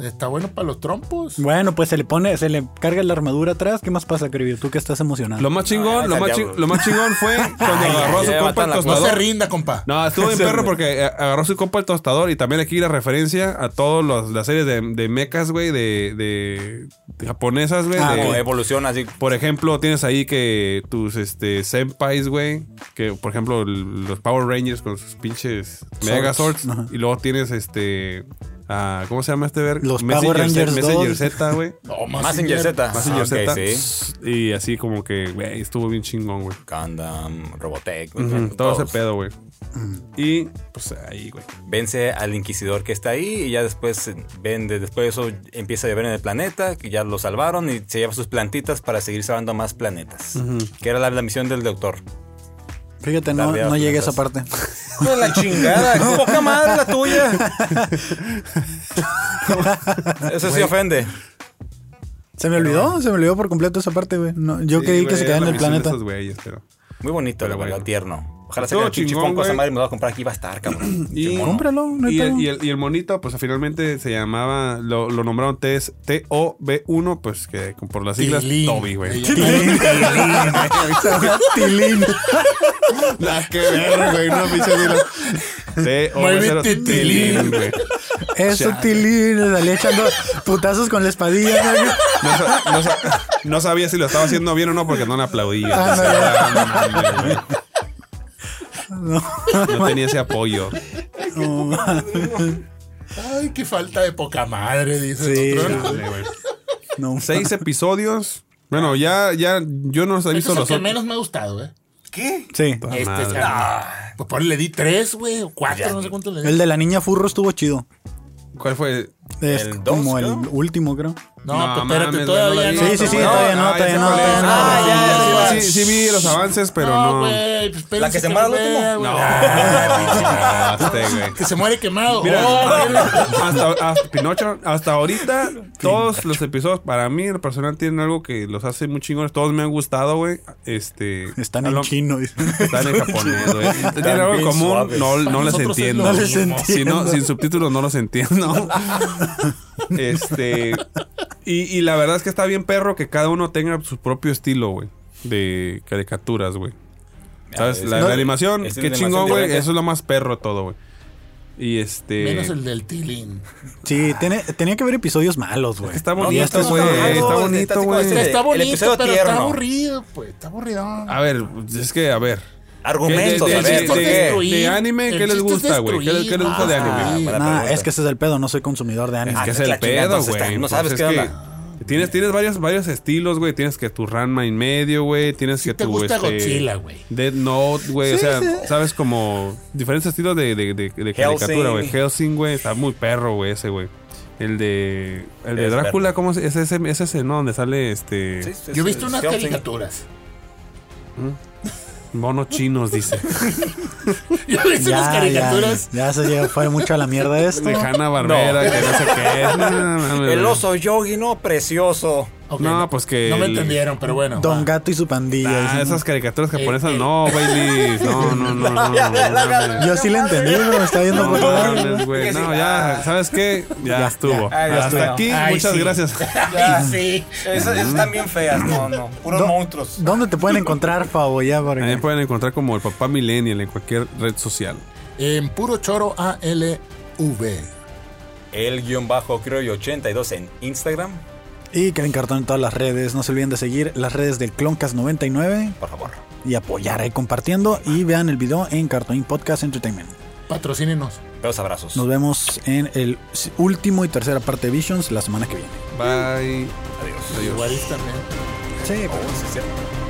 Está bueno para los trompos.
Bueno, pues se le pone, se le carga la armadura atrás. ¿Qué más pasa, Cribio? Tú que estás emocionado.
Lo más chingón,
Ay,
lo, más
Santiago.
chi- lo más chingón fue cuando agarró a su
ya
compa
matan
el
la-
Pues No se
tostador.
rinda, compa.
No, estuvo bien
Sí,
perro
güey.
porque eh, agarró su compa el tostador y también aquí la referencia a todas las series de, de mechas, güey, de, de- de japonesas, güey.
Ah,
de-
Como evoluciona así.
Por ejemplo, tienes ahí que tus este, senpais, güey. Que, por ejemplo, el- los Power Rangers con sus pinches Megazords.
Ajá.
Y luego tienes este. ah, ¿Cómo se llama este ver?
Los Power Rangers
Messenger
2.
Z, güey.
No,
Mazinger Z.
Messenger
Ah,
Z.
ok, sí.
Y así como que, güey, estuvo bien chingón, güey.
Gundam, Robotech.
Ujú, Todo ese
todos.
pedo, güey. Y pues ahí, güey.
Vence al inquisidor que está ahí y ya después vende, después de eso empieza a llover en el planeta, que ya lo salvaron y se lleva sus plantitas para seguir salvando más planetas. Que era la, la misión del doctor.
Fíjate, no,
Tardeadas
no llegué a esa
lentas.
parte.
De la chingada, poca madre la tuya. Eso sí ofende.
Se me olvidó, se me olvidó por completo esa parte, güey. No, yo
Sí,
creí que
güey,
se quedaba
es
en
la
el
misión de
planeta.
esos güeyes, pero-
Muy bonito,
Pero
la verdad,
bueno.
tierno. Ojalá
Todo
saquen el pinche
chingón,
Funko, esa
güey.
madre me lo voy a comprar aquí, va a estar, cabrón.
Y,
Pinche mono.
Cómpralo, no hay
y, el,
pedo.
y, el, y el monito, pues finalmente se llamaba, lo, lo nombraron TS T-O-B-1, pues que por las siglas,
Tilín.
Toby, güey.
Tilín.
Tilín.
La que ver, güey, no pinche T O B cero,
Muévete,
Tilín, güey.
Eso, Tilín. Le salía echando putazos con la espadilla. güey.
No, sa- no sa- no sabía si lo estaba haciendo bien o no porque no le aplaudí.
Ah, no,
Entonces, no, mames, güey. No tenía ese apoyo.
Ay, qué falta de poca madre, dice
Sí.
el otro.
Dale, güey.
No, no.
Seis episodios. Bueno, ya, ya, yo no los he
Este es
visto
el
los
que
otros.
menos me ha gustado, ¿eh?
¿Qué?
Sí.
Ah,
Este es
madre.
el- Pues por le di tres, güey, o cuatro, no sé cuánto le di.
El de la niña furro estuvo chido.
¿Cuál fue?
Es
El dos,
como el
creo.
último, creo.
No,
No,
pues espérate,
mames,
todavía
güey,
no.
no la vi.
Sí, sí, sí,
todavía no.
todavía no,
ah,
todavía
ya
no,
sé cuál es.
todavía no.
Ah, ya,
Sí,
ya,
sí vi los avances, pero
No,
no.
güey, pues espérense
La que se muere al último.
vea, güey.
No, este, güey.
Que se muere quemado.
Mira,
Oh,
hasta, hasta- Pinocho, hasta ahorita, todos los episodios, para mí, el personal tienen algo que los hace muy chingones. Todos me han gustado, güey. Este.
Están
a
en
lo-
chino. dice.
Están en japonés, güey. Tienen algo en
bien
común,
suaves.
no,
Para
no les
nosotros es
entiendo.
lo
No les mismo.
Si no,
entiendo.
sin subtítulos no los entiendo. este. Y, y la verdad es que está bien, perro, que cada uno tenga su propio estilo, güey. De caricaturas, güey. ¿Sabes? La,
no,
la animación,
esa
qué
animación
chingón, güey.
tiene que-
Eso es lo más perro de todo, güey. Y este.
Menos el del Tilín.
Sí, tiene, tenía que haber episodios malos, güey. este
Está
No,
bonito,
esto es
güey.
todo.
Está bonito,
Estático,
güey.
este-
Está
el
bonito,
episodio
pero está
tierno.
aburrido, pues. Está aburrido.
A ver, es que, a ver.
Argumentos,
De- de-
a ver,
de-
¿por
de-
qué?
de- anime, ¿qué les gusta, güey? ¿Qué les- qué les gusta de anime?
Para-
Nah,
pregunta.
es que ese es el pedo. No soy consumidor de anime.
Es
Ah,
que es
que
el
la chingada,
pedo,
entonces,
güey.
está- no
Pues
sabes
es
qué
que
onda.
Tienes, tienes varios, varios estilos, güey. Tienes que tu Ranma en medio, güey. Tienes
Sí
que
te
tu.
gusta
este,
Godzilla, güey.
Dead Note, güey. o
Sí,
sea,
sí.
sabes como diferentes estilos de, de, de, de caricatura, güey. Helsing, güey. Está muy perro, güey, ese, güey. El de. El de
Es
Drácula, ¿cómo se- es ese? Es ese, ¿no? Donde sale este.
Sí, sí,
Yo he
sí,
visto unas
sí, sí.
caricaturas.
Monos chinos, dice.
Ya ves en las
Ya, ya,
caricaturas.
ya se llegó- fue mucho a la mierda esto.
De Hanna Barbera, que no sé qué es. No, no, no, no.
El oso yogi, no, precioso.
Ok,
No, pues que
No me
el-
entendieron, pero bueno.
Don
va.
Gato y su pandilla.
Ah,
dicen.
esas caricaturas japonesas, no, Bailey. No, no, no, no.
Ya, ya, la-
no, no.
Yo sí le entendí, pero me está viendo
No
por favor.
mames, güey. No, ya, ¿sabes qué? Ya, estuvo.
Ay, ya
Hasta
estuvo.
aquí,
Ay,
muchas
sí.
gracias.
Ya, sí. Esas, esas están bien feas, no, no. Puros monstruos.
¿Dónde te pueden encontrar, Favo? Ya, para
También
que-
pueden encontrar como el papá millennial en cualquier red social.
En puro choro ALV.
El guión bajo, creo yo, 82 en Instagram,
Y Kevin Cartón en todas las redes. No se olviden de seguir las redes del Cloncast99
por favor.
y apoyar ahí compartiendo. Y vean el video en Cartoon Podcast Entertainment.
Patrocínenos.
Los abrazos.
Nos vemos en el último y tercera parte de Visions la semana que viene.
Bye. Adiós.
Igual también.
Sí,
Oh, sí, sí.